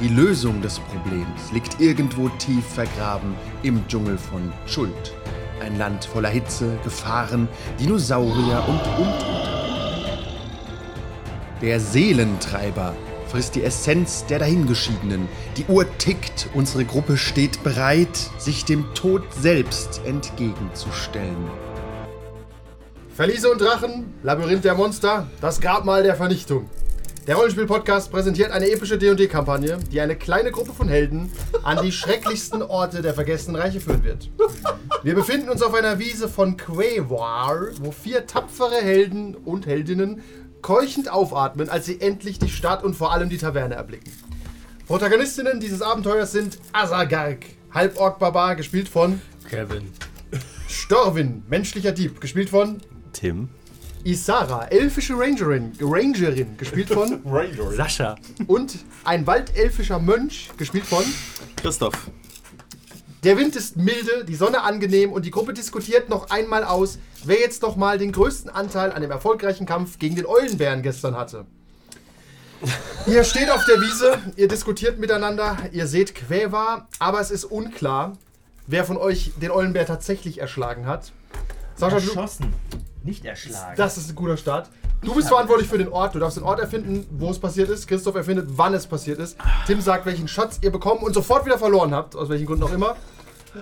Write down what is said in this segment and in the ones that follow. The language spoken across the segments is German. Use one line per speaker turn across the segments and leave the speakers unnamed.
Die Lösung des Problems liegt irgendwo tief vergraben im Dschungel von Schuld. Ein Land voller Hitze, Gefahren, Dinosaurier und Untote. Der Seelentreiber frisst die Essenz der Dahingeschiedenen. Die Uhr tickt, unsere Gruppe steht bereit, sich dem Tod selbst entgegenzustellen.
Verliese und Drachen, Labyrinth der Monster, das Grabmal der Vernichtung. Der Rollenspiel-Podcast präsentiert eine epische D&D-Kampagne, die eine kleine Gruppe von Helden an die schrecklichsten Orte der vergessenen Reiche führen wird. Wir befinden uns auf einer Wiese von Quewar, wo vier tapfere Helden und Heldinnen keuchend aufatmen, als sie endlich die Stadt und vor allem die Taverne erblicken. Protagonistinnen dieses Abenteuers sind Azagark, Halborg-Barbar, gespielt von
Kevin.
Storwin, menschlicher Dieb, gespielt von
Tim.
Isara, elfische Rangerin, Rangerin, gespielt von
Sascha.
und ein waldelfischer Mönch, gespielt von.
Christoph.
Der Wind ist milde, die Sonne angenehm und die Gruppe diskutiert noch einmal aus, wer jetzt noch mal den größten Anteil an dem erfolgreichen Kampf gegen den Eulenbären gestern hatte. Ihr steht auf der Wiese, ihr diskutiert miteinander, ihr seht Quäva, aber es ist unklar, wer von euch den Eulenbär tatsächlich erschlagen hat. Sascha, du,
Erschossen, nicht erschlagen.
Das ist ein guter Start. Du bist verantwortlich für den Ort. Du darfst den Ort erfinden, wo es passiert ist. Christoph erfindet, wann es passiert ist. Tim sagt, welchen Schatz ihr bekommen und sofort wieder verloren habt, aus welchen Gründen auch immer.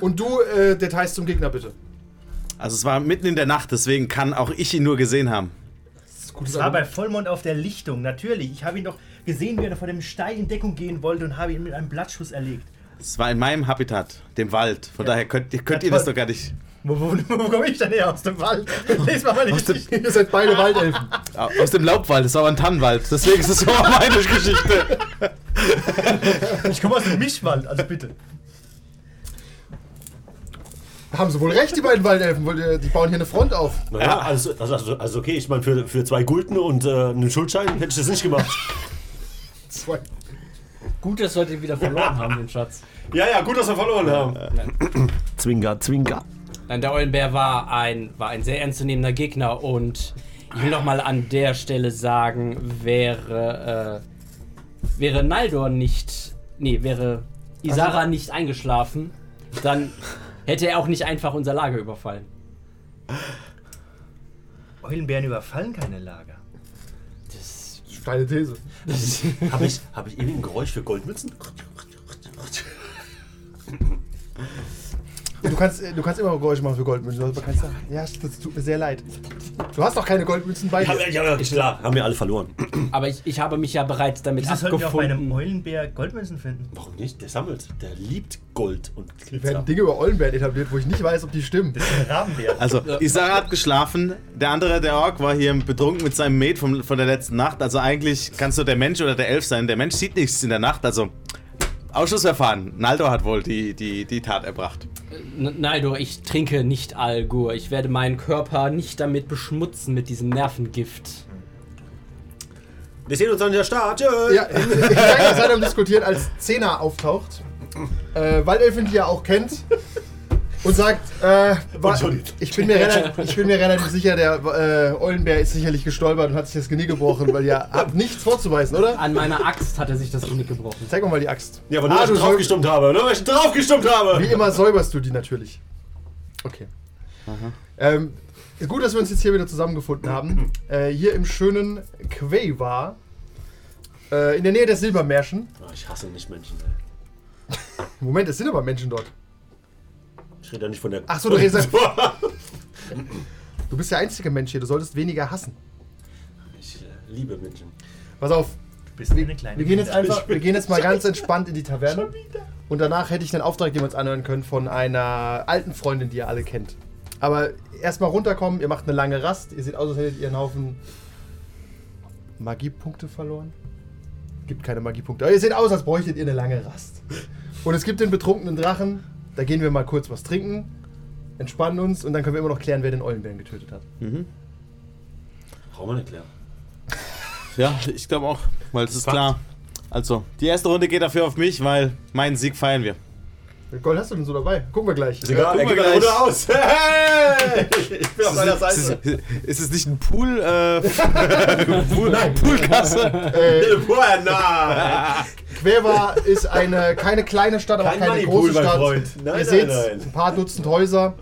Und du äh, Details zum Gegner bitte.
Also es war mitten in der Nacht, deswegen kann auch ich ihn nur gesehen haben.
Das ist ein gutes
Es war bei
Argument.
Vollmond auf der Lichtung, natürlich. Ich habe ihn doch gesehen, wie er vor dem Stein in Deckung gehen wollte und habe ihn mit einem Blattschuss erlegt.
Es war in meinem Habitat, dem Wald. Von daher könnt, ihr- könnt ihr
Ja,
das
toll.
doch gar nicht.
Wo, wo, wo komme ich denn her aus dem Wald? Lest mal meine Geschichte.
Ihr seid beide Waldelfen.
Au- äh, Aus dem Laubwald, es war aber ein Tannenwald. Deswegen ist es immer meine Geschichte.
Ich komme aus dem Mischwald, also bitte.
Haben sie wohl recht, die beiden Waldelfen. Wollt ihr- Die bauen hier eine Front auf.
Naja, also, also, also, also okay, ich meine, für, für zwei Gulden und äh, einen Schuldschein hätte ich das nicht gemacht.
Zwei.
Gut, dass wir den wieder verloren haben, den Schatz.
ja, ja, gut, dass wir verloren haben. Zwinger, Zwinger.
Nein, der Eulenbär war ein, war ein sehr ernstzunehmender Gegner und ich will noch mal an der Stelle sagen, wäre, äh, wäre Naldor nicht, nee, wäre Isara nicht eingeschlafen, dann hätte er auch nicht einfach unser Lager überfallen.
Eulenbären überfallen keine Lager.
Das,
Steile These.
das,
Habe ich, hab ich irgendwie ein Geräusch für Goldmützen?
Du kannst, äh, du kannst immer Geräusche machen für Goldmünzen. aber kannst sagen, ja, das tut mir sehr leid. Du hast doch keine Goldmünzen bei
Ich hab,
dir.
ich hab, klar, haben wir alle verloren.
aber ich, ich habe mich ja bereits damit
Wieso sollten wir auch bei einem
abgefunden.
Eulenbär Goldmünzen finden?
Warum nicht? Der sammelt. Der liebt Gold und
Hier werden
Glitzer.
Dinge über Eulenbären etabliert, wo ich nicht weiß, ob die stimmen.
Ein Rabenbär.
Also, Isara hat geschlafen. Der andere, der Ork, war hier betrunken mit seinem Met vom, von der letzten Nacht. Also, eigentlich kannst du der Mensch oder der Elf sein. Der Mensch sieht nichts in der Nacht. Also, Ausschussverfahren. Naldo hat wohl die, die, die Tat erbracht.
N- Naldor, ich trinke nicht Algur. Ich werde meinen Körper nicht damit beschmutzen, mit diesem Nervengift.
Wir sehen uns an der Stadt. Tschö.
Ja, in, in der Zeit am Diskutieren, als Zena auftaucht, äh, Waldelfin, die ihr auch kennt, und sagt, äh, wa-
Entschuldigt.
ich, bin mir relativ, ich bin mir relativ sicher, der äh, Eulenbär ist sicherlich gestolpert und hat sich das Genick gebrochen, weil ihr habt nichts vorzuweisen, oder?
An meiner Axt hat er sich das Genick gebrochen.
Zeig mir mal die Axt.
Ja, aber nur,
Ah,
weil
du
ich drauf
säub-
gestimmt habe. Nur, weil ich drauf gestimmt
Wie
habe.
immer säuberst du die natürlich. Okay. Ähm, gut, dass wir uns jetzt hier wieder zusammengefunden haben. Äh, hier im schönen Queva, äh, in der Nähe der Silbermärschen.
Ah, ich hasse nicht Menschen. Ey.
Moment, es sind aber Menschen dort.
Ich rede ja nicht von der.
Ach so, du redest. Du bist der einzige Mensch hier, du solltest weniger hassen.
Ich äh, liebe Menschen.
Pass auf,
Du bist eine kleine
wir gehen jetzt
Minderheit.
einfach, wir gehen jetzt mal ganz entspannt in die Taverne. Und danach hätte ich einen Auftrag, den wir uns anhören können, von einer alten Freundin, die ihr alle kennt. Aber erstmal runterkommen, ihr macht eine lange Rast, ihr seht aus, als hättet ihr einen Haufen Magiepunkte verloren. Gibt keine Magiepunkte. Aber ihr seht aus, als bräuchtet ihr eine lange Rast. Und es gibt den betrunkenen Drachen, Da gehen wir mal kurz was trinken, entspannen uns und dann können wir immer noch klären, wer den Eulenbären getötet hat.
Brauchen wir nicht klären.
Ja, ich glaube auch, weil es ist klar. Also, die erste Runde geht dafür auf mich, weil meinen Sieg feiern wir.
Gold hast du denn so dabei? Gucken wir gleich.
Ist egal,
guck
er
mal
geht eine
gleich.
Runde aus.
Hey!
ich bin auf deiner
Ist es,
Seite.
ist es nicht ein Pool? Äh, Pool Poolkasse?
Äh,
Buena!
Queva ist eine, keine kleine Stadt, aber auch
Kein
keine
Moneypool,
große
mein
Stadt.
Freund. Nein,
ihr
nein,
seht
nein.
ein paar Dutzend Häuser.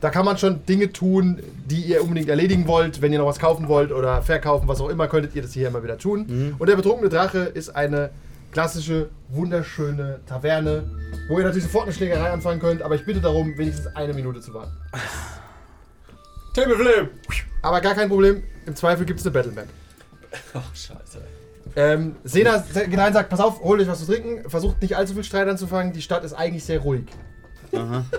Da kann man schon Dinge tun, die ihr unbedingt erledigen wollt. Wenn ihr noch was kaufen wollt oder verkaufen, was auch immer, könntet ihr das hier immer wieder tun.
Mhm.
Und der betrunkene Drache ist eine klassische, wunderschöne Taverne, wo ihr natürlich sofort eine Schlägerei anfangen könnt, aber ich bitte darum, wenigstens eine Minute zu warten.
Table Flame!
Aber gar kein Problem, im Zweifel gibt es eine Battlemap.
Ach, scheiße.
Ähm, Sena Genein sagt, pass auf, hol euch was zu trinken, versucht nicht allzu viel Streit anzufangen, die Stadt ist eigentlich sehr ruhig.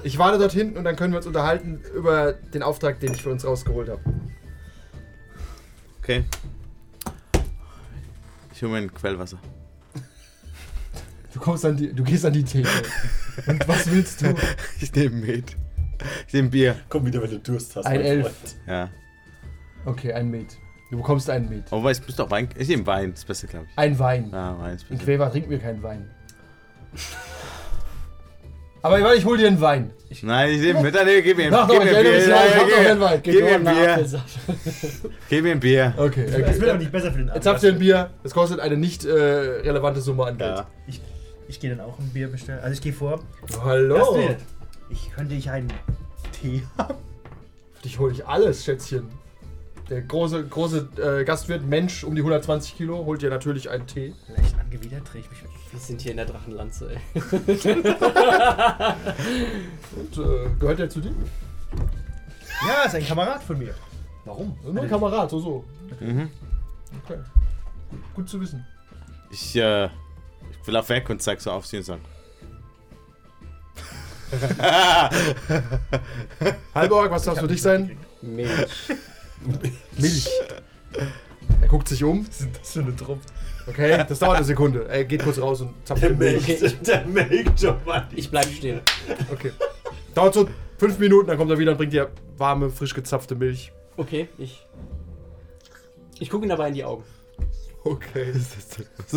Ich warte dort hinten und dann können wir uns unterhalten über den Auftrag, den ich für uns rausgeholt habe.
Okay. Ich hole mir ein Quellwasser.
Du kommst an die, du gehst an die Theke. und was willst du?
Ich nehme Met. Ich nehme Bier.
Komm wieder, wenn du Durst hast.
Ein
mein
Elf.
Freund.
Ja.
Okay, ein Met. Du bekommst einen Met.
Wobei, ich muss doch Wein. Ich nehme Wein, das Beste, glaube ich.
Ein Wein.
Ja, Wein ist
In
besser.
Queva trinken wir keinen Wein. Aber warte, ich hol dir einen Wein.
Nein, ich nehme Met. Nee, gib mir
Mach
ein
doch,
gib
ich
mir ein
erinnere mich,
Bier.
nein, ich
Ja,
hab doch keinen Wein.
gib- Gib mir ein Bier. Gib mir ein Bier.
Okay,
Es wird
okay.
aber nicht besser für den
Jetzt
anderen.
habt ihr ein Bier. Es kostet eine nicht äh, relevante Summe an Geld.
Ja.
Ich, ich gehe dann auch ein Bier bestellen. Also ich gehe vor.
Hallo.
Astrid, Ich könnte ich einen Tee haben.
Für dich hole ich alles, Schätzchen. Der große, große äh, Gastwirt, Mensch um die 120 Kilo, holt dir natürlich einen Tee.
Leicht angewidert drehe ich mich. um.
Wir sind hier in der Drachenlanze, ey.
Und äh, gehört der zu dir?
Ja, ist ein Kamerad von mir.
Warum? Nur ein Kamerad, so, so.
Mhm.
Okay. Gut zu wissen.
Ich, äh, ich will auf weg und zeig so auf sie und sag.
Halber Org, was darf für dich sein?
Mensch.
Milch. Er guckt sich um.
Das ist schon eine Truppe.
Okay, das dauert eine Sekunde. Er geht kurz raus und zapft
Der
den Milch.
melkt, der melkt schon mal.
Ich bleib stehen.
Okay. Dauert so fünf Minuten, dann kommt er wieder und bringt dir warme, frisch gezapfte Milch.
Okay, ich. Ich gucke ihn dabei in die Augen.
Okay.
Das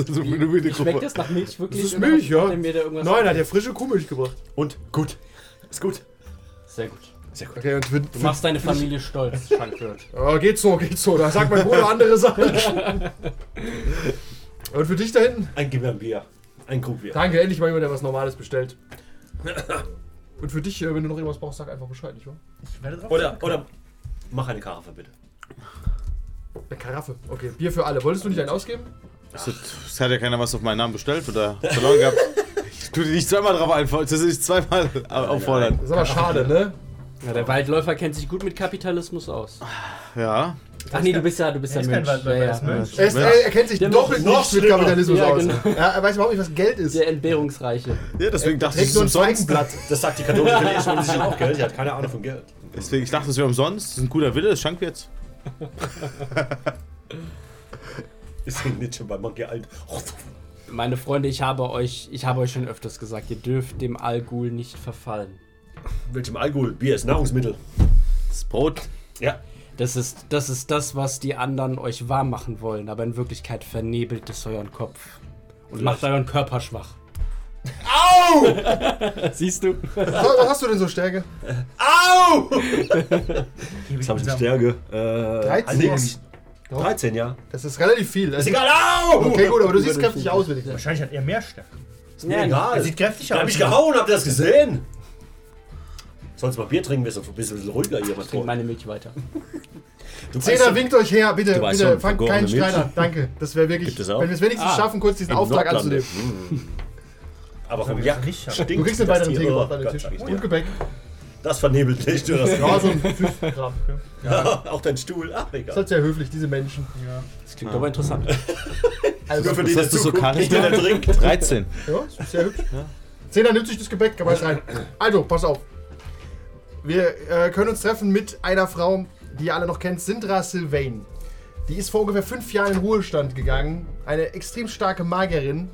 ist so eine wilde
Schmeckt das nach Milch wirklich?
Das ist Milch, ja.
Hat er mir da irgendwas
Nein, er hat ja frische Kuhmilch gebracht.
Und gut. Ist gut.
Sehr gut.
Okay, und für,
Du
für
machst deine Familie stolz, Schankwirt.
Ja, geht so, geht so. Da sagt mein Bruder andere Sachen. Und für dich da hinten?
Ein gib mir ein Bier. Ein Krug Bier.
Danke, endlich mal jemand, der was Normales bestellt. Und für dich, äh, wenn du noch irgendwas brauchst, sag einfach Bescheid, nicht wahr?
Ich werde drauf.
Oder, oder mach eine Karaffe bitte.
Eine Karaffe. Okay, Bier für alle. Wolltest du nicht einen ausgeben?
Es hat ja keiner was auf meinen Namen bestellt oder verloren gehabt. Ich tue dir nicht zweimal drauf einfallen, das ist nicht zweimal auffordern.
Das ist aber schade, ne?
Ja, der Waldläufer kennt sich gut mit Kapitalismus aus.
Ja.
Ach nee, du bist ja, du bist ja
Er ist kein
Mönch.
Waldläufer,
Ja,
er ist
ja.
Mönch.
Er, ist, äh, er, er kennt sich
Der
doppelt
noch
nicht mit
schlimmer.
Kapitalismus
Ja,
aus.
genau.
Ja, er weiß überhaupt nicht, was Geld ist.
Der Entbehrungsreiche.
Ja, deswegen dachte ich, es
Trägt
ist
äh, nur ein
umsonst.
Feigenblatt.
Das sagt die katholische Kirche schon sich auch, gell? Die hat keine Ahnung von Geld.
Deswegen, ich dachte, es wäre umsonst. Das ist ein guter Wille, das schank jetzt.
Ist nicht schon bei Monkey alt. Oh,
Meine Freunde, ich habe euch, ich habe euch schon öfters gesagt, ihr dürft dem Alkohol nicht verfallen.
welchem Alkohol? Bier ist Nahrungsmittel.
Das Brot.
Ja.
Das ist, das ist das, was die anderen euch warm machen wollen, aber in Wirklichkeit vernebelt es euren Kopf. Und macht euren Körper schwach. Au! Siehst du?
Was, was hast du denn so Stärke?
Au!
Gebe
Jetzt habe ich eine
unserem-
Stärke. Äh,
13.
nix. 13, ja.
Das ist relativ viel. Also
Ist egal. Au!
Okay, gut, aber du siehst kräftig aus, wenn ich sage.
Wahrscheinlich hat er mehr Stärke.
Ist mir egal.
Er sieht kräftig
Da
aus.
hab ich gehauen, habt ihr das gesehen? Sollst mal Bier trinken, wir sind ein bisschen ruhiger hier, mein
Ich trinke
Freund.
meine Milch weiter.
Du weißt
Zehner
schon,
winkt euch her, bitte,
Du weißt
bitte,
schon,
fangt
vergorene
keinen Streit
Milch.
an. Danke, das wäre wirklich.
Gibt es auch?
Wenn wir es wenigstens
Ah,
schaffen, kurz diesen
im
Auftrag
Nordlande.
anzunehmen.
Hm. Aber vom
Das
Jack
hab ich richtig
stinkt
Du kriegst einen weiteren
das
Tee
hier.
gebracht
Oh
an den
Gott,
Tisch.
sag ich
Und
dir.
Gebäck.
Das vernebelt dich, du das
Ja, so ein süßes Kram.
Auch dein Stuhl. Ach,
Das ist
egal.
halt sehr höflich, diese Menschen.
Ja.
Das klingt aber interessant.
Also,
Nur für
ja,
Das
den, der
hast du so
zuguckt,
kalt.
nicht der da trinkt.
13.
es ist sehr hübsch. Zehner nimmt sich das Gebäck, kann man jetzt rein. Also, pass auf. Wir äh, können uns treffen mit einer Frau, die ihr alle noch kennt, Sindra Sylvain. Die ist vor ungefähr fünf Jahren in Ruhestand gegangen. Eine extrem starke Magierin.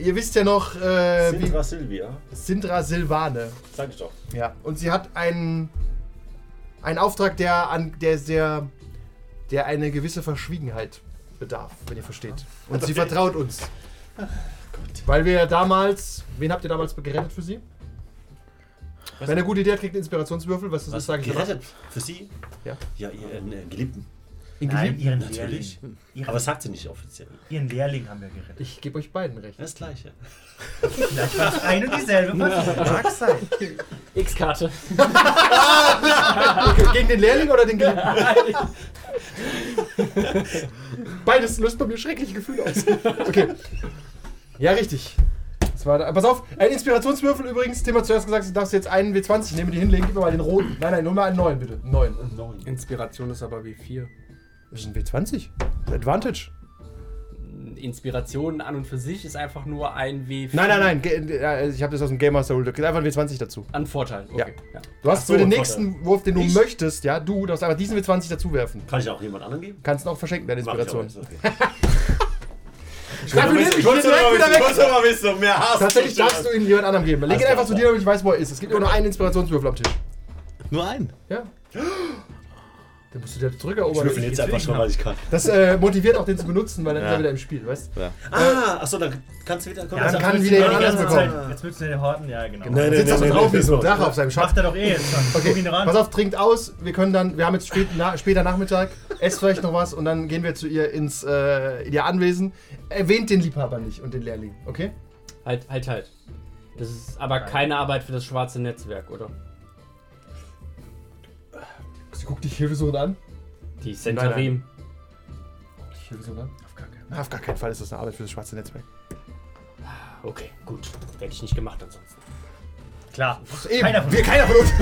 ihr wisst ja noch, äh, wie
Sintra Silvia,
Sindra Silvane.
sag ich doch.
Ja. Und sie hat einen, einen Auftrag, der an der sehr, der eine gewisse Verschwiegenheit bedarf, wenn ihr versteht. Und sie vertraut uns. Weil wir damals, wen habt ihr damals gerettet für sie? Wenn eine gute Idee hat, kriegt einen Inspirationswürfel. Was das ist, sage ich danach.
Gerettet für sie?
Ja.
Ja, ihren äh, Geliebten.
In
Nein,
Gelie-
ihren
Natürlich.
Lehrling.
Aber das sagt sie nicht offiziell.
Ihren Lehrling haben wir gerettet.
Ich gebe euch beiden recht.
Das gleiche.
Vielleicht war es ein und dieselbe Person. Mag sein.
X-Karte.
Gegen den Lehrling oder den Geliebten? Beides löst bei mir schreckliche Gefühle aus. Okay. Ja, richtig. Das war da. Pass auf, ein Inspirationswürfel übrigens. Tim hat zuerst gesagt, du darfst jetzt einen W20 nehmen, die hinlegen. Gib mir mal den roten. Nein, nein, nur mal einen neuen, bitte. Einen neuen.
Neun.
Inspiration ist aber wie vier.
Das ist ein W20. Advantage.
Inspiration an und für sich ist einfach nur ein W4.
Nein, nein, nein. ge- äh, Ich habe das aus dem Game Master Rule. Einfach ein W20 dazu.
An Vorteil. Okay. Ja.
Du hast
Ach so,
für den
Vorteil.
nächsten Wurf, den du
Ich?
möchtest, ja, du darfst einfach diesen W20 dazu werfen.
Kann ich auch jemand anderen geben?
Kannst auch verschenken, deine Inspiration.
Mach ich
Dafür nehme ich ihn direkt wieder weg.
mal
um
wissen, mehr Hass.
Tatsächlich darfst du ihn jemand anderem geben. Leg ihn
Alles
einfach zu
klar.
dir, damit ich weiß, wo er ist. Es gibt immer nur einen Inspirationswürfel am Tisch.
Nur einen.
Ja. Den musst du dir
auch. Ich würfel
zurückerobern.
jetzt einfach schon, weil ich kann.
Das äh, motiviert auch den zu benutzen, weil dann
Ja.
ist er wieder im Spiel, weißt du?
Ja.
Ah, achso, dann kannst du wieder. Komm,
dann
sag-
kann
sonst
wieder
würdest du
jemand
die ganze
anders bekommen.
Zeit- Jetzt willst du den horten, ja genau.
Nein, nein,
Sitzt doch
nein,
so
nein,
drauf wie
nein,
so ein
nein.
Drache auf seinem Schaft.
Macht er doch eh jetzt schon. Guck
Okay,
ihn ran.
pass auf, trinkt aus. Wir können dann, wir haben jetzt spät, na, später Nachmittag, esst vielleicht noch was und dann gehen wir zu ihr ins, äh, in ihr Anwesen. Erwähnt den Liebhaber nicht und den Lehrling, okay?
Halt, halt, halt. Das ist aber keine Arbeit für das schwarze Netzwerk, oder?
Sie guckt dich hilfesuchend an.
Die Centarim.
Dich hilfesuchend an? Auf gar, keinen. Auf gar keinen Fall ist das eine Arbeit für das schwarze Netzwerk.
Okay, gut. Hätte ich nicht gemacht ansonsten.
Klar.
Eben,
Keiner von
wir, keiner von uns.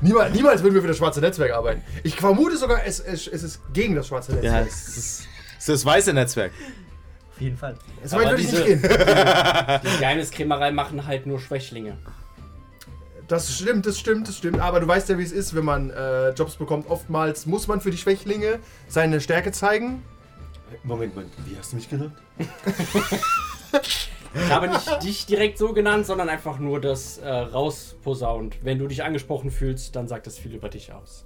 niemals, niemals würden wir für das schwarze Netzwerk arbeiten. Ich vermute sogar, es, es, es ist gegen das schwarze
Ja,
Netzwerk.
es ist es ist das weiße Netzwerk.
Auf jeden Fall.
so weit
aber
würde ich
diese-
nicht gehen.
Die Geheimniskrämerei machen halt nur Schwächlinge.
Das stimmt, das stimmt, das stimmt. Aber du weißt ja, wie es ist, wenn man äh, Jobs bekommt. Oftmals muss man für die Schwächlinge seine Stärke zeigen.
Moment, Moment, wie hast du mich genannt?
Ich habe nicht dich direkt so genannt, sondern einfach nur das äh, rausposaunt. Wenn du dich angesprochen fühlst, dann sagt das viel über dich aus.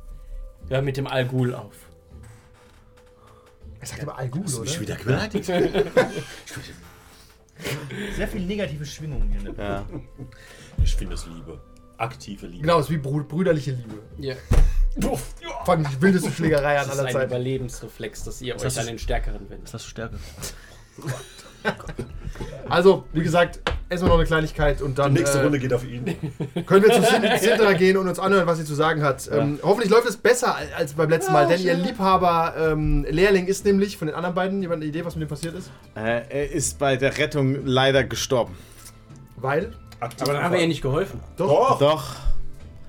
Hör mit dem Algul auf.
Er sagt aber Algul,
Hast du mich
oder?
wieder genannt?
Sehr viel negative Schwingungen hier. Ne?
Ja.
Ich finde es Liebe. Aktive Liebe.
Genau, es ist wie brü- brüderliche Liebe.
Ja.
Fand ich wildeste Schlägerei an
Das ist
aller
ein
Zeiten.
Überlebensreflex, dass ihr euch
hast du-
an den Stärkeren wendet.
Das ist Stärke.
Also, wie gesagt, erstmal noch eine Kleinigkeit und dann.
Die nächste
äh,
Runde geht auf ihn.
Können wir zu Sin- Sintra gehen und uns anhören, was sie zu sagen hat. Ähm, hoffentlich läuft es besser al- als beim letzten Mal, denn ihr Liebhaber ähm, Lehrling ist nämlich von den anderen beiden jemand eine Idee, was mit dem passiert ist?
Äh, er ist bei der Rettung leider gestorben.
Weil
Aktiv
Aber dann haben wir ihr nicht geholfen.
Doch.
Doch.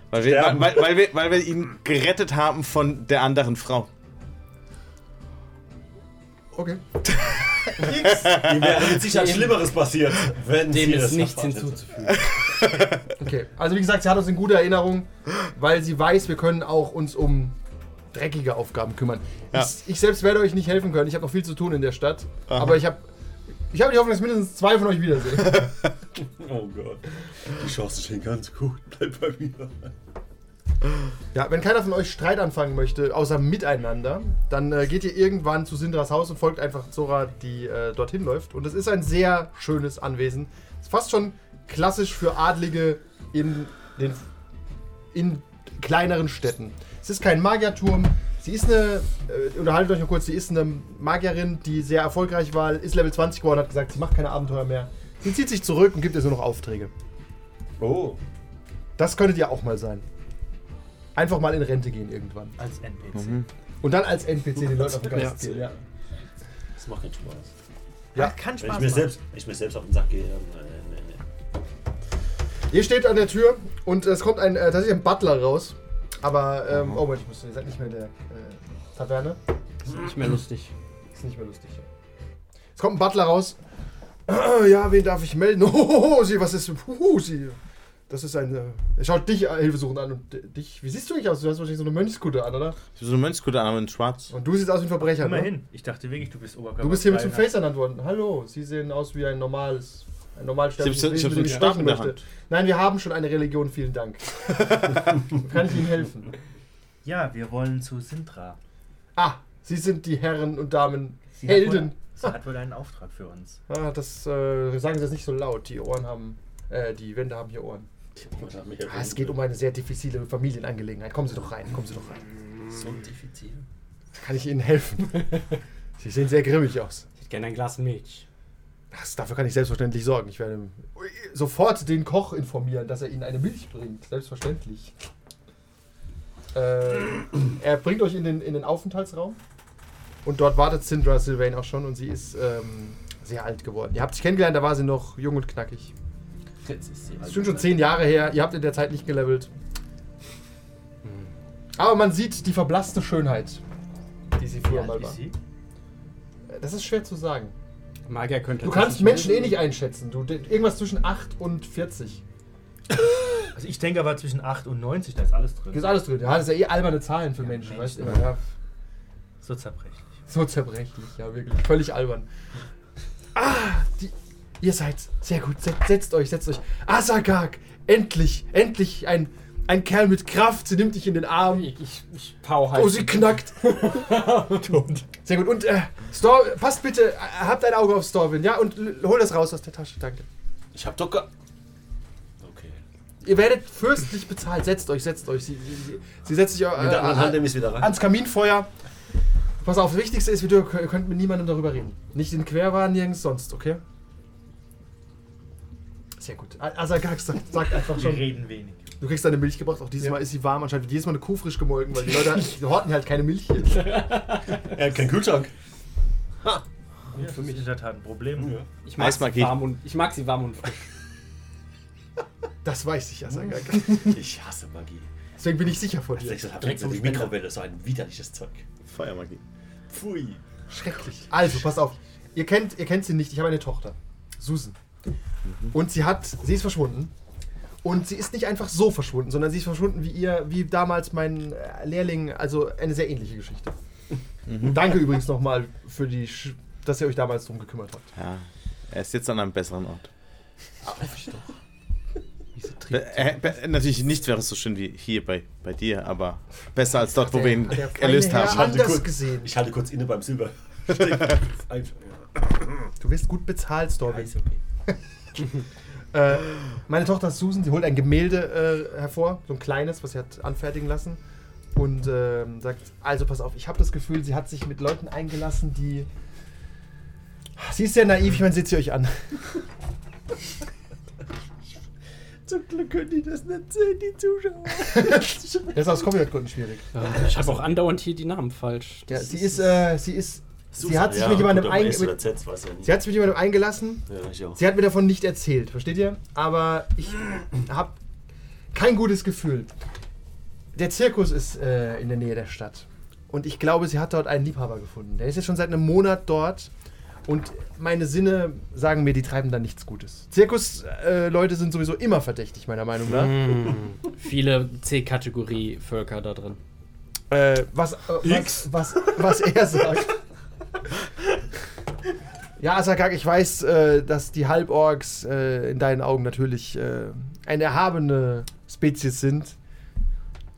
Weil wir,
Sterben.
weil, weil, wir, weil wir ihn gerettet haben von der anderen Frau.
okay,
Ihm wäre mit Sicherheit Schlimmeres passiert, wenn
Dem
sie
ist
das
nichts
erfahren hätte.
hinzuzufügen.
okay. Also wie gesagt, sie hat uns in guter Erinnerung, weil sie weiß, wir können auch uns um dreckige Aufgaben kümmern.
Ja.
Ich, ich selbst werde euch nicht helfen können. Ich habe noch viel zu tun in der Stadt, aber ich habe ich habe die Hoffnung, dass mindestens zwei von euch wiedersehen.
Oh Gott. Die Chance stehen ganz gut. Bleib bei mir.
Ja, wenn keiner von euch Streit anfangen möchte, außer miteinander, dann äh, geht ihr irgendwann zu Sindras Haus und folgt einfach Zora, die äh, dorthin läuft. Und es ist ein sehr schönes Anwesen. Ist fast schon klassisch für Adlige in den in kleineren Städten. Es ist kein Magierturm. Sie ist eine, äh, unterhaltet euch noch kurz, sie ist eine Magierin, die sehr erfolgreich war, ist Level 20 geworden, hat gesagt, sie macht keine Abenteuer mehr. Sie zieht sich zurück und gibt jetzt nur noch Aufträge.
Oh.
Das könntet ihr auch mal sein. Einfach mal in Rente gehen irgendwann.
Als NPC.
Und dann als NPC den Leuten auf den Geist
Ja.
ziehen. Ja.
Das macht keinen Spaß.
Ja.
Kann
Wenn ich
Spaß
mir,
machen.
selbst, wenn ich mir selbst auf den Sack gehe, dann. Äh, nee, nee.
Ihr steht an der Tür und es kommt ein, äh, tatsächlich ein Butler raus. Aber, ähm, oh Moment, ich muss, ihr seid nicht mehr in der äh, Taverne.
Nicht mehr lustig.
Ist nicht mehr lustig. ja. Es kommt ein Butler raus. Ah, Ja, wen darf ich melden? Oh, sie, was ist? Huhu, sie. Das ist ein. Äh, er schaut dich äh, hilfesuchend an und d- dich. Wie siehst du eigentlich aus? Du hast wahrscheinlich so eine Mönchskutte an, oder?
Ich hab so eine Mönchskutte an, aber in schwarz.
Und du siehst aus wie ein Verbrecher, ne?
Immerhin. Ich dachte wirklich, du bist Oberkörper. ne?
Du bist hier mit dem Face ernannt worden. Hallo, Sie sehen aus wie ein normales. Ein normalsterbliches
Ich hab so- ich hab so einen
ich
Stab
sprechen
in der
möchte.
Hand.
Nein, wir haben schon eine Religion, vielen Dank. Kann ich Ihnen helfen?
Ja, wir wollen zu Sintra.
Ah, Sie sind die Herren und Damen
Sie
Helden.
Hat wohl, sie hat wohl einen Auftrag für uns.
Ah, das äh, sagen Sie jetzt nicht so laut. Die Ohren haben, äh, die Wände haben hier Ohren. Ah, es geht um eine sehr diffizile Familienangelegenheit. Kommen Sie doch rein, kommen Sie doch rein.
So diffizil.
Kann ich Ihnen helfen? Sie sehen sehr grimmig aus.
Ich hätte gerne ein Glas Milch.
Das, dafür kann ich selbstverständlich sorgen. Ich werde sofort den Koch informieren, dass er Ihnen eine Milch bringt. Selbstverständlich. Äh, er bringt euch in den, in den Aufenthaltsraum. Und dort wartet Sindra Sylvain auch schon und sie ist ähm, sehr alt geworden. Ihr habt sich kennengelernt, da war sie noch jung und knackig.
Jetzt ist
Das
Also
sie alt.
ist halt- schon schon zehn Jahre her. Ihr habt in der Zeit nicht gelevelt.
Hm.
Aber man sieht die verblasste Schönheit, die sie
Wie
früher
alt
mal
ist
war.
sie?
Das ist schwer zu sagen.
Magier könnte
Du
das
kannst
nicht
Menschen eh
wissen.
nicht einschätzen. Du, de- irgendwas zwischen 8 und 40.
Also ich denke aber zwischen 8 und 90, da ist alles drin.
Da ist alles drin. Ja, das ist ja eh alberne Zahlen für
Ja,
Menschen, weißt du?
Menschen.
Ja,
So zerbrechlich.
so zerbrechlich, ja, wirklich. Völlig albern. Ah, die, ihr seid sehr gut. Set, setzt euch, setzt euch. Asagak, endlich, endlich ein, ein Kerl mit Kraft. Sie nimmt dich in den Arm.
Ich, ich, ich pau halt.
Oh, sie knackt. Sehr gut. Und äh, Stor passt bitte, äh, habt ein Auge auf Storwin, ja? Und l- hol das raus aus der Tasche, danke.
Ich hab doch ge Okay.
Ihr werdet fürstlich bezahlt. Setzt euch, setzt euch. Sie, sie, sie- sie setzt sich äh,
Mit
Ah,
der anderen Hand
äh,
nehme ich wieder rein.
ans Kaminfeuer. Pass auf, das Wichtigste ist, wir dür- ihr könnt mit niemandem darüber reden. Nicht in Querwahn, nirgends sonst, okay? Sehr gut. A- Asagak sagt, sagt einfach
Wir
schon.
reden wenig.
Du kriegst deine Milch gebracht. Auch dieses Mal ist sie warm. Anscheinend wird jedes Mal eine Kuh frisch gemolken, weil die Leute die horten halt keine Milch hier.
Er hat keinen Kühlschrank.
Ja, für mich ist in der Tat ein Problem.
ich, mag
Eismagie.
sie warm und, ich mag sie warm und frisch.
Das weiß ich, Asagak.
Ich hasse Magie.
Deswegen bin ich sicher vor dir.
Sechsel hat direkt in die Mikrowelle, so ein widerliches Zeug.
Feuermagie.
Pfui.
Schrecklich. Also, pass auf. Ihr kennt, ihr kennt sie nicht. Ich habe eine Tochter. Susan.
Mhm.
Und sie hat, sie ist verschwunden. Und sie ist nicht einfach so verschwunden, sondern sie ist verschwunden wie ihr, wie damals mein äh, Lehrling. Also eine sehr ähnliche Geschichte.
Mhm.
Danke übrigens nochmal für die, Sch- dass ihr euch damals drum gekümmert habt.
Ja. Er ist jetzt an einem besseren Ort.
Ah,
Äh, be- natürlich nicht wäre es so schön wie hier bei, bei dir, aber besser als dort, wo wir ihn
Hat der feine
erlöst
Herr
haben.
Anders
Gut.
gesehen.
Ich halte kurz inne beim Silber. Einfach, ja.
Du wirst gut bezahlt,
Ah,
Storwin.
Ist okay.
Äh, meine Tochter ist Susan, sie holt ein Gemälde äh, hervor, so ein kleines, was sie hat anfertigen lassen. Und ähm, sagt, also pass auf, ich habe das Gefühl, sie hat sich mit Leuten eingelassen, die... Ah, Sie ist sehr naiv, ich meine, seht sie euch an.
Zum Glück können die das nicht sehen, die Zuschauer.
Das ist aus Copyright-Gründen schwierig.
Ich habe auch andauernd hier die Namen falsch.
Ja,
Das
sie ist, äh, sie ist, sie hat sich
ja,
mit jemandem
gut, aber S oder
eingelassen.
Z, weiß ja nicht.
Sie hat sich mit jemandem eingelassen,
ja, ich auch.
Sie hat mir davon nicht erzählt, versteht ihr? Aber ich habe kein gutes Gefühl. Der Zirkus ist äh, in der Nähe der Stadt. Und ich glaube, sie hat dort einen Liebhaber gefunden. Der ist jetzt schon seit einem Monat dort. Und meine Sinne sagen mir, die treiben da nichts Gutes. Zirkusleute äh, Leute sind sowieso immer verdächtig, meiner Meinung nach.
Viele C-Kategorie-Völker da drin.
Äh, was, äh, was, was, was er sagt. ja, Asakak, ich weiß, äh, dass die Halborgs äh, in deinen Augen natürlich äh, eine erhabene Spezies sind.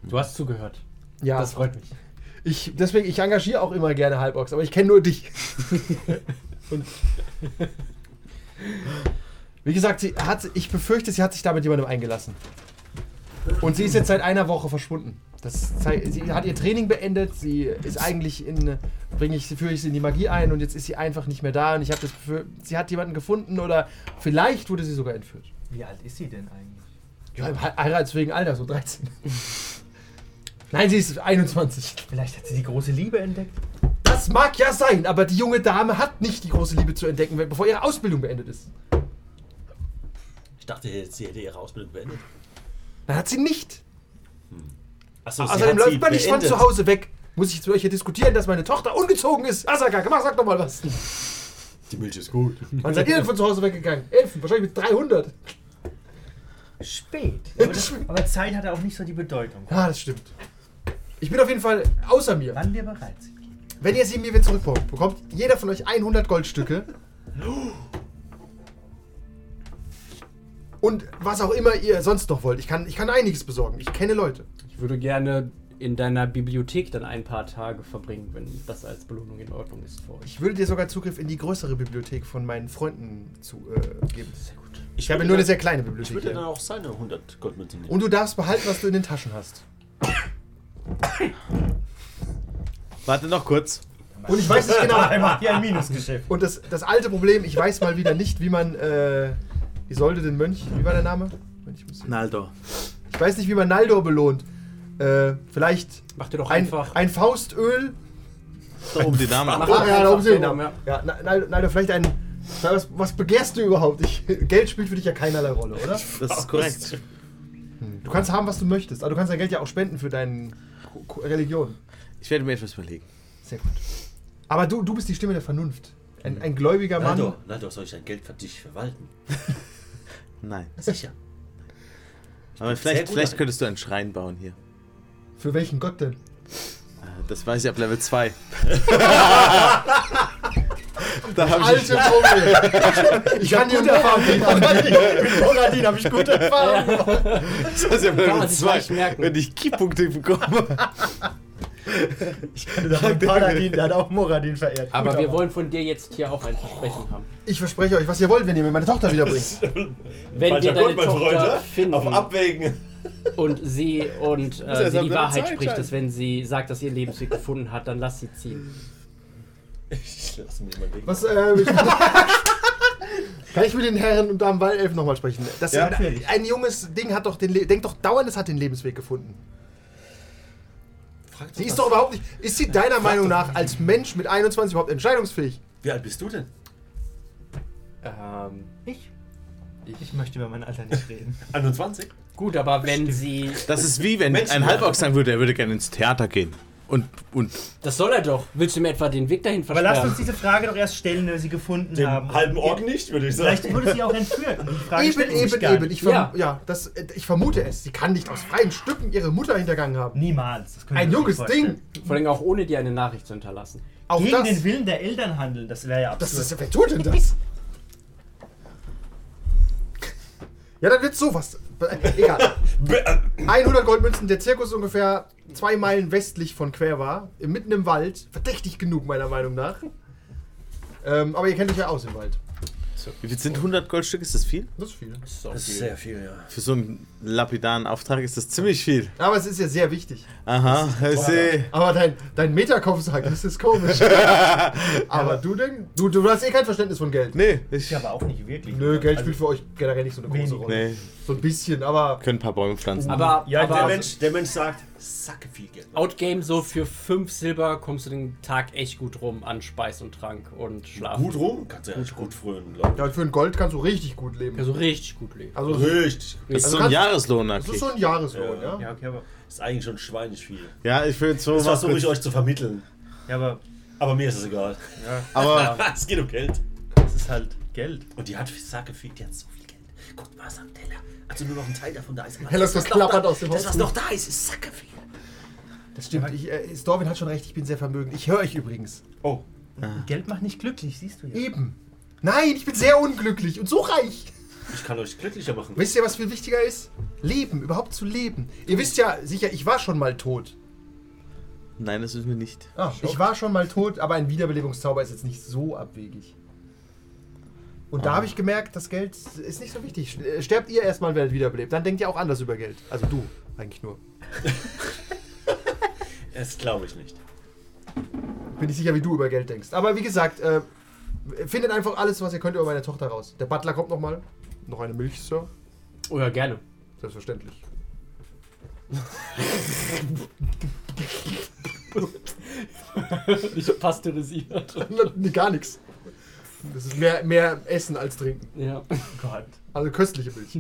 Du hast zugehört.
Ja,
Das freut mich.
ich, deswegen, ich engagiere auch immer gerne Halborgs, aber ich kenne nur dich. Und wie gesagt, sie hat, ich befürchte, sie hat sich da mit jemandem eingelassen. Und sie ist jetzt seit einer Woche verschwunden. Das, zei- sie hat ihr Training beendet, sie ist eigentlich in, bringe ich, führe ich sie in die Magie ein und jetzt ist sie einfach nicht mehr da und ich habe das Gefühl, sie hat jemanden gefunden oder vielleicht wurde sie sogar entführt.
Wie alt ist sie denn eigentlich?
Ja, im He- heiratswegen Alter, so 13. Nein, sie ist 21.
Vielleicht hat sie die große Liebe entdeckt.
Das mag ja sein, aber die junge Dame hat nicht die große Liebe zu entdecken, wenn- bevor ihre Ausbildung beendet ist.
Ich dachte, sie hätte ihre Ausbildung beendet.
Dann hat sie nicht.
Achso,
Außerdem läuft man nicht von zu Hause weg. Muss ich zu euch hier diskutieren, dass meine Tochter ungezogen ist? Asaka, komm, sag doch mal was.
Die Milch ist gut.
Wann seid ihr denn von zu Hause weggegangen? Elfen, wahrscheinlich mit 300.
Spät. Aber, das, aber Zeit hatte auch nicht so die Bedeutung.
Ja, das stimmt. Ich bin auf jeden Fall außer mir.
Wann wir bereit sind.
Wenn ihr sie mir wieder zurückbekommt, bekommt jeder von euch 100 Goldstücke. Und was auch immer ihr sonst noch wollt. Ich kann, ich kann einiges besorgen. Ich kenne Leute.
Ich würde gerne in deiner Bibliothek dann ein paar Tage verbringen, wenn das als Belohnung in Ordnung ist für euch.
Ich würde dir sogar Zugriff in die größere Bibliothek von meinen Freunden zu äh, geben.
Sehr gut.
Ich habe nur eine sehr kleine
Ich
Bibliothek.
würde dann
Hier.
auch seine 100 Goldmünzen nehmen.
Und du darfst behalten, was du in den Taschen hast.
Warte noch kurz.
Und ich weiß nicht genau.
Er macht hier ein Minusgeschäft.
Und das, das alte Problem, ich weiß mal wieder nicht, wie man äh, Isolde den Mönch, wie war der Name? Mönch muss-
also.
Naldo.
Ich weiß nicht, wie man Naldor belohnt. Äh, vielleicht
Mach dir doch
ein,
einfach.
ein Faustöl.
Da oben die Dame. ab.
Mach
Ah,
doch
ja, da
einfach
oben sind die
so,
Namen.
ja.
Ja, Na- Nal- Naldor, vielleicht ein. Na, Was, was begehrst du überhaupt? Ich, Geld spielt für dich ja keinerlei Rolle, oder?
Das ist korrekt.
Du kannst haben, was du möchtest, aber du kannst dein Geld ja auch spenden für deine Ko- Ko- Religion.
Ich werde mir etwas überlegen.
Sehr gut. Aber du, du bist die Stimme der Vernunft. Ein, ein gläubiger Mann.
Naldo, Naldo, soll ich dein Geld für dich verwalten?
Nein.
Sicher.
Aber vielleicht,
gut
vielleicht
darin.
könntest du einen Schrein bauen hier.
Für welchen Gott denn?
Äh, Das weiß ich ab Level 2. da habe ich.
Alte Trommel! Ich kann dir erfahren.
Konradin, habe ich gute.
Das weiß ich ab
Kann
Level
man sich gleich
2.
merken.
Wenn ich Keypunkte bekomme.
Der Paladin, der hat auch Moradin verehrt.
Aber
Gut,
wir wollen von dir jetzt hier auch ein Versprechen haben.
Ich verspreche euch, was ihr wollt, wenn ihr mir meine Tochter wiederbringt.
Wenn wir deine Tochter finden
Auf Abwägen.
und sie und äh,
erst
sie
am
die
Platz
Wahrheit
zwei
spricht, dass
entscheiden.
wenn sie sagt, dass ihr einen Lebensweg gefunden hat, dann lass sie ziehen.
Ich lass mich mal denken.
Was, äh, ich Kann ich mit den Herren und Damen Wallelfen nochmal sprechen? Das
Ja,
ein,
natürlich.
ein junges Ding hat doch den Le denkt doch dauernd, es hat den Lebensweg gefunden.
Frag doch
Sie ist
was.
doch überhaupt nicht. Ist sie deiner Meinung nach als Mensch mit 21 überhaupt entscheidungsfähig?
Wie alt bist du denn?
Ähm,
Ich? Ich möchte über mein Alter nicht reden.
21?
gut, aber wenn sie.
Das ist wie wenn
Menschen-
ein Halborg sagen würde, er würde gerne ins Theater gehen. Und, und
Das soll er doch. Willst du mir etwa den Weg dahin
Aber lasst uns
versperren?
diese Frage doch erst stellen, wenn wir sie gefunden
Den
haben.
halben Ork nicht, würde ich sagen.
Vielleicht wurde sie auch entführt. Und die Frage
Eben,
stellt sich
eben,
gar
eben.
nicht.
Ich, verm ja.
Ja.
das, äh, ich vermute es. Sie kann nicht aus freien Stücken ihre Mutter hintergangen haben.
Niemals. Das können wir
Ein
uns
junges
nicht vorstellen.
Ding.
Vor allem auch ohne dir eine Nachricht zu hinterlassen.
Auch
Gegen
das.
den Willen der Eltern handeln, das wäre ja
Das
absurd.
ist, wer tut denn das? Ja, dann wird sowas. Äh, Egal. 100 Goldmünzen, der Zirkus ungefähr zwei Meilen westlich von Quer war, mitten im Wald. Verdächtig genug, meiner Meinung nach. Ähm, aber ihr kennt euch ja aus im Wald.
wie viel sind 100 Goldstück? Ist das viel?
Das ist viel.
Das ist auch
Das ist
viel.
sehr viel, ja.
Für so einen lapidaren Auftrag ist das ziemlich viel.
Aber es ist ja sehr wichtig.
Aha, ich sehe.
Aber dein, dein Metakopf sagt, das ist komisch. aber du denn? Du, du hast eh kein Verständnis von Geld.
Nee, ich.
Ich aber auch nicht wirklich.
Nö, Geld
Also,
spielt für euch generell nicht so eine große
Wenig.
Rolle.
Nee,
So ein bisschen, aber
können ein paar Bäume pflanzen.
Aber,
Ja,
aber
also
Der Mensch, der Mensch sagt, sacke viel Geld.
Outgame, so für 5 Silber kommst du den Tag echt gut rum an Speis und Trank und Schlaf.
Gut rum, kannst du ja gut, gut frönen, glaube
ja, für ein Gold kannst du richtig gut leben.
Also richtig gut leben.
Also
ich. Richtig.
Das ist
Also
so ein
kannst-
Jahreslohn,
Das ist
okay.
so ein Jahreslohn, ja.
Ja, okay, aber,
Ist eigentlich schon schweinisch viel.
Ja, ich will so
Das
was.
versuche ich euch zu vermitteln.
ja, aber
Aber mir ist es egal.
Aber
es geht um Geld.
es ist halt Geld.
Und die hat Sacke viel, die hat so viel Geld. Guckt mal, was am Teller. Also nur noch ein Teil davon da ist. Aber
Ja, das
was noch
klappert
da-
aus dem
Das, was
Haufen.
noch da ist, ist Sacke viel.
Das stimmt. Ich, äh, Storwin hat schon recht, ich bin sehr vermögend. Ich höre euch übrigens.
Oh.
Geld macht nicht glücklich, siehst du ja.
Eben. Nein, ich bin sehr unglücklich und so reich.
Ich kann euch glücklicher machen.
Wisst ihr, was viel wichtiger ist? Leben, überhaupt zu leben. Ihr wisst ja sicher, ich war schon mal tot.
nein, das wissen wir nicht.
Ah, ich war schon mal tot, aber ein Wiederbelebungszauber ist jetzt nicht so abwegig. Und da habe ich gemerkt, das Geld ist nicht so wichtig. Äh, Sterbt ihr erstmal, werdet wiederbelebt. Dann denkt ihr auch anders über Geld. Also du, eigentlich nur.
Das glaube ich nicht.
Bin ich sicher, wie du über Geld denkst. Aber wie gesagt, äh, findet einfach alles, was ihr könnt, über meine Tochter raus. Der Butler kommt nochmal. Noch eine Milch, Sir.
Oh ja, gerne.
Selbstverständlich.
Ich pasteurisiert.
Nee, gar nichts. Das ist mehr, mehr Essen als Trinken.
Ja.
Gott.
Also köstliche Milch.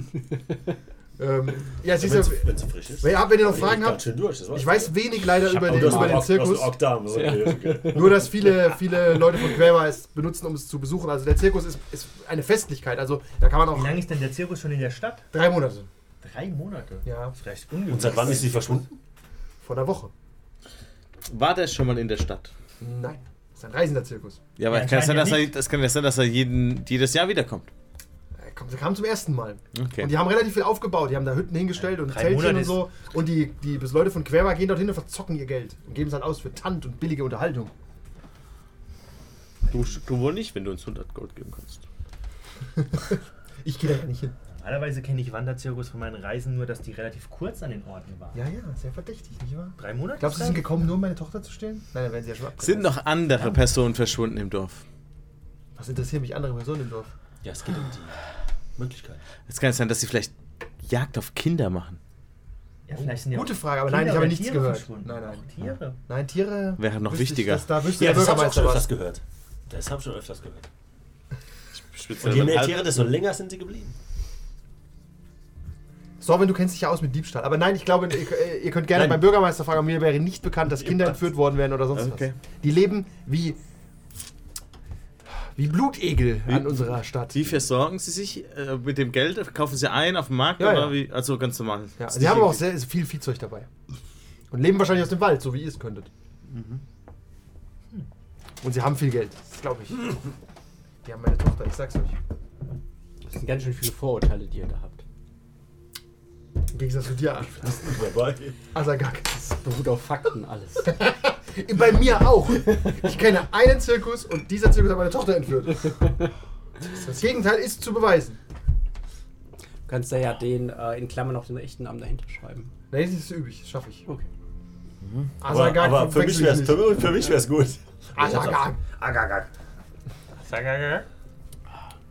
ähm, ja, siehst
Wenn
du,
es frisch ist.
wenn ihr, habt- wenn ihr noch
Die
Fragen
geht ganz
habt,
schön durch, das war's.
ich weiß wenig leider über den,
Du hast
über den
einen Ork- du hast
Zirkus.
einen Ork da, also okay, okay.
Nur, dass viele, viele Leute von Quäber es benutzen, um es zu besuchen. Also der Zirkus ist, ist eine Festlichkeit. Also da kann man
Wie
auch
lange ist denn der Zirkus schon in der Stadt?
drei Monate.
Drei Monate?
Ja.
Vielleicht ungewöhnlich.
Und seit wann ist sie verschwunden?
Vor der Woche.
War der schon mal in der Stadt?
Nein. Das ist ein reisender Zirkus.
Ja, aber
Ja,
kann es sein,
anscheinend
dass
ja
er,
nicht.
das kann ja sein, dass er jeden, jedes Jahr wiederkommt.
Er kam, er kam zum ersten Mal.
Okay.
Und die haben relativ viel aufgebaut. Die haben da Hütten hingestellt und
Drei
Zeltchen
Monate
und so. Und die, die bis Leute von Querba gehen dorthin und verzocken ihr Geld. Und geben es dann aus für Tant und billige Unterhaltung.
Du, du wohl nicht, wenn du uns 100 Gold geben kannst.
Ich gehe da gar nicht hin.
Normalerweise kenne ich Wanderzirkus von meinen Reisen nur, dass die relativ kurz an den Orten waren.
Ja, ja, sehr verdächtig, nicht wahr?
Drei Monate?
Glaubst du, sie sind
vielleicht?
gekommen, nur um meine Tochter zu stehlen? Nein, dann werden sie ja schon
Sind
abgesetzt.
noch andere Personen verschwunden im Dorf?
Was interessieren mich andere Personen im Dorf?
Ja, es geht um die Möglichkeit.
Es kann sein, dass sie vielleicht Jagd auf Kinder machen.
ja, vielleicht sind ja
Gute
auch
Frage, aber
Kinder
nein, ich habe
oder
nichts
Tiere
gehört.
verschwunden.
Nein, nein.
Auch Tiere.
Nein, Tiere.
Wäre noch
wüsste ich,
wichtiger.
dass da wüsste
Ja,
der
das habe ich auch schon
Bürgermeister
öfters
was.
gehört. Das habe ich schon öfters gehört.
Speziell
Und je
wenn
mehr
halt-
Tiere, desto länger sind sie geblieben.
Sorben, du kennst dich ja aus mit Diebstahl. Aber nein, ich glaube, ihr, ihr könnt gerne
Nein.
beim Bürgermeister fragen. Mir wäre nicht bekannt, dass Kinder entführt worden wären oder sonst
Okay.
was. Die leben wie. wie Blutegel an unserer Stadt.
Wie versorgen sie sich äh, mit dem Geld? Kaufen sie ein auf dem Markt?
Ja,
oder
ja.
Wie? Also ganz normal.
Ja,
Ist
sie
nicht
haben aber auch
irgendwie-
sehr, sehr viel Viehzeug dabei. Und leben wahrscheinlich aus dem Wald, so wie ihr es könntet.
Mhm.
Und sie haben viel Geld, das glaube ich. Die haben meine Tochter, ich sag's euch.
Das sind ganz schön viele Vorurteile, die ihr da habt.
Im Gegensatz zu dir,
Wobei,
Asagak.
Das beruht auf Fakten alles.
Bei mir auch. Ich kenne einen Zirkus und dieser Zirkus hat meine Tochter entführt. Das Gegenteil ist zu beweisen.
Du kannst da ja den äh, in Klammern noch den echten Namen dahinter schreiben.
Nee, das ist übig, das schaffe ich. Mhm.
Okay.
aber,
Asagak
aber für mich
verwechsel
wäre es
ich
für,
nicht.
mich- für mich wär's gut.
Asagak.
Agagag.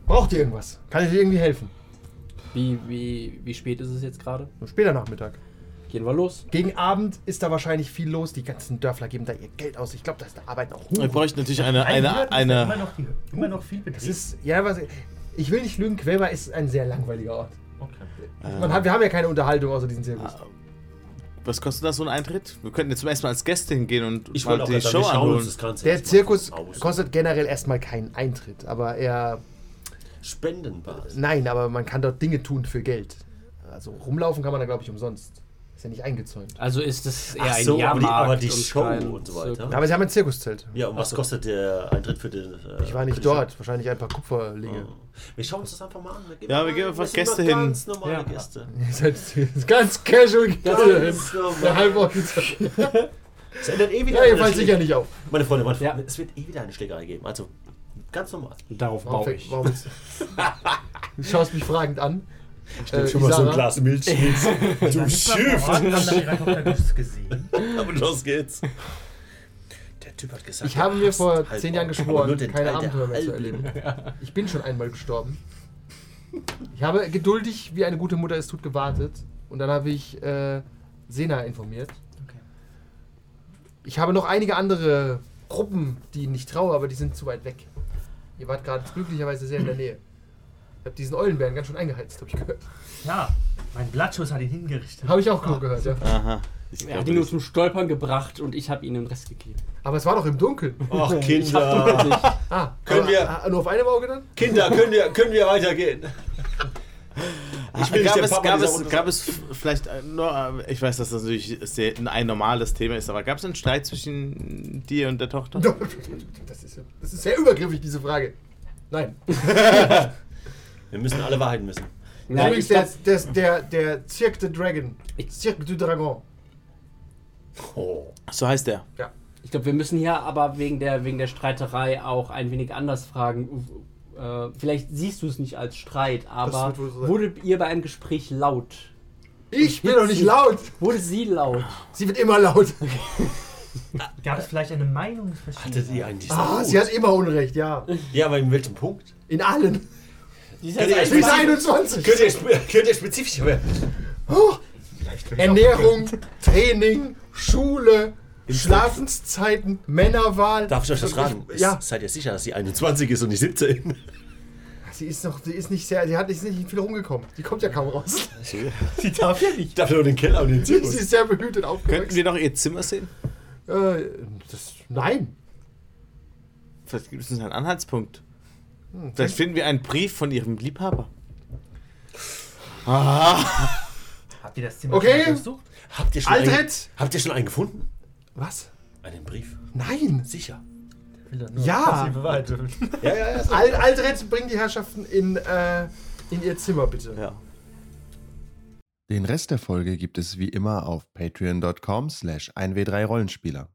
Braucht ihr irgendwas? Kann ich dir irgendwie helfen?
Wie, wie, wie spät ist es jetzt gerade?
Nur später Nachmittag.
Gehen wir los.
Gegen Abend ist da wahrscheinlich viel los. Die ganzen Dörfler geben da ihr Geld aus. Ich glaube, da ist da arbeiten auch
Wir
Huren.
bräuchten natürlich eine,
Drei
eine,
Monate ist ja Immer
eine,
noch, die, immer noch viel Betrieb.
Es ist, ja, was, ich will nicht lügen, Quäber ist ein sehr langweiliger Ort.
okay.
Ah.
Man hat, wir haben ja keine Unterhaltung außer diesen Zirkus.
Was kostet das so ein Eintritt? Wir könnten jetzt zum ersten Mal als Gäste hingehen und
Ich
mal
wollte auch
die
gerade
Show
sagen, wir schauen uns
anholen.
das Ganze
Der
jetzt mal
Zirkus
aus.
kostet generell erstmal keinen Eintritt, aber eher.
Spendenbasis.
Nein, aber man kann dort Dinge tun für Geld. Also rumlaufen kann man da, glaube ich, umsonst. Ist ja nicht eingezäunt.
Also ist es
Ach
eher
so,
ein
aber die-
Jahrmarkt
aber die
und
Show
kein
und so weiter.
Ja,
Zirkus.
Aber sie haben ein Zirkuszelt.
Ja, und was kostet der Eintritt für den. Äh,
Ich Oh. war nicht
für die
dort, wahrscheinlich ein paar Kupferlinge.
Show? Wir schauen uns das einfach mal an.
Ja, wir gehen einfach
das sind
Gäste
immer
hin.
Ganz normale
Ja.
Gäste.
Ihr seid halt ganz casual.
Ganz
Der
normal.
Halborganisation.
Es ändert eh wieder
Ja, ihr
eine
fallt
Schläge-
sicher nicht auf.
Meine Freunde, meine
Ja.
Freunde es wird eh wieder eine Schlägerei geben. Also, ganz normal.
Und Darauf
Warum,
baue
fängt-
ich.
warum ist, du schaust mich fragend an. Äh, Isara,
Milch Du Schiff!
Wann haben dann ihre Tochter das gesehen?
Und los geht's. Der Typ hat gesagt,
Ich habe
er
mir
hasst
vor
Halbord,
zehn Jahren
aber
geschworen,
halt nur den
keine
Teil der
Abenteuer mehr zu
Halbling.
erleben. Ich bin schon einmal gestorben. Ich habe geduldig, wie eine gute Mutter es tut, gewartet. Und dann habe ich äh, Sena informiert.
Okay.
Ich habe noch einige andere Gruppen, die ihnen ich traue, aber die sind zu weit weg. Ihr wart gerade glücklicherweise sehr in der Nähe. Ich habe diesen Eulenbären ganz schön eingeheizt, habe ich gehört.
Ja, mein Blattschuss hat ihn hingerichtet.
Habe ich auch
Ah,
genug gehört, ja.
Aha. Ich
Er hat
glaube,
ihn nur
nicht.
zum Stolpern gebracht und ich habe ihm den Rest gegeben.
Aber es war doch im Dunkeln.
Ach,
Ich hab
Kinder.
doch nicht.
Ah,
Können
aber,
wir-
ah, nur auf einem Auge dann?
Kinder, können wir, können wir weitergehen? Ich will nicht
Ah, gab,
der
es,
Papa
gab,
dieser
es,
Runde
gab es f- vielleicht, äh, nur, äh, ich weiß, dass das natürlich sehr, ein normales Thema ist, aber gab es einen Streit zwischen dir und der Tochter?
Das ist, das ist sehr übergriffig, diese Frage. Nein.
Wir müssen alle Wahrheiten wissen.
Nein,
Übrigens,
ich glaub,
der, der, der, der Cirque de Dragon.
Ich-
Cirque du Dragon.
Oh.
So heißt der.
Ja.
Ich glaube, wir müssen hier aber wegen der, wegen der Streiterei auch ein wenig anders fragen. Äh, vielleicht siehst du es nicht als Streit, aber
wird wohl so sein.
wurde ihr bei einem Gespräch laut?
Ich bin doch nicht laut.
Wurde sie laut?
Ah.
Sie wird immer laut.
Gab es vielleicht eine
Hatte
Meinungsverschiedenheit?
sie eigentlich so
Ah,
gut?
sie hat immer Unrecht, ja.
Ja, aber in welchem Punkt?
In allen.
Sie ist
Könnt ihr
jetzt
Sie ist
einfach-
21.
Könnt ihr, sp- könnt ihr spezifischer werden?
Oh. Ernährung, Training, Schule, Schlafenszeiten, Männerwahl.
Darf ich euch das fragen? Ist-
Ja.
Seid ihr sicher, dass sie 21 ist und nicht 17?
Sie ist noch, sie ist nicht sehr, sie hat sie ist nicht viel rumgekommen. Die kommt ja kaum raus.
Sie darf ja nicht.
Ich darf nur in den Keller und in den
Sie
Zirkus.
ist sehr behütet
Könnten
aufgewachsen.
wir noch ihr Zimmer sehen?
Äh, das, nein.
Vielleicht gibt es uns einen Anhaltspunkt.
Hm,
Vielleicht finden wir einen Brief von ihrem Liebhaber.
Habt ihr das Zimmer
Okay.
schon mal durchsucht?
Habt ihr schon
Aldred?
einen, habt ihr schon einen gefunden?
Was?
Einen Brief?
Nein!
Sicher.
Ich will da nur
Ja.
passive Wahrheit würfeln.
Ja, ja, ja. so.
Al Aldred, bring die Herrschaften in, äh, in ihr Zimmer, bitte.
Ja.
Den Rest der Folge gibt es wie immer auf patreon.com slash 1w3rollenspieler.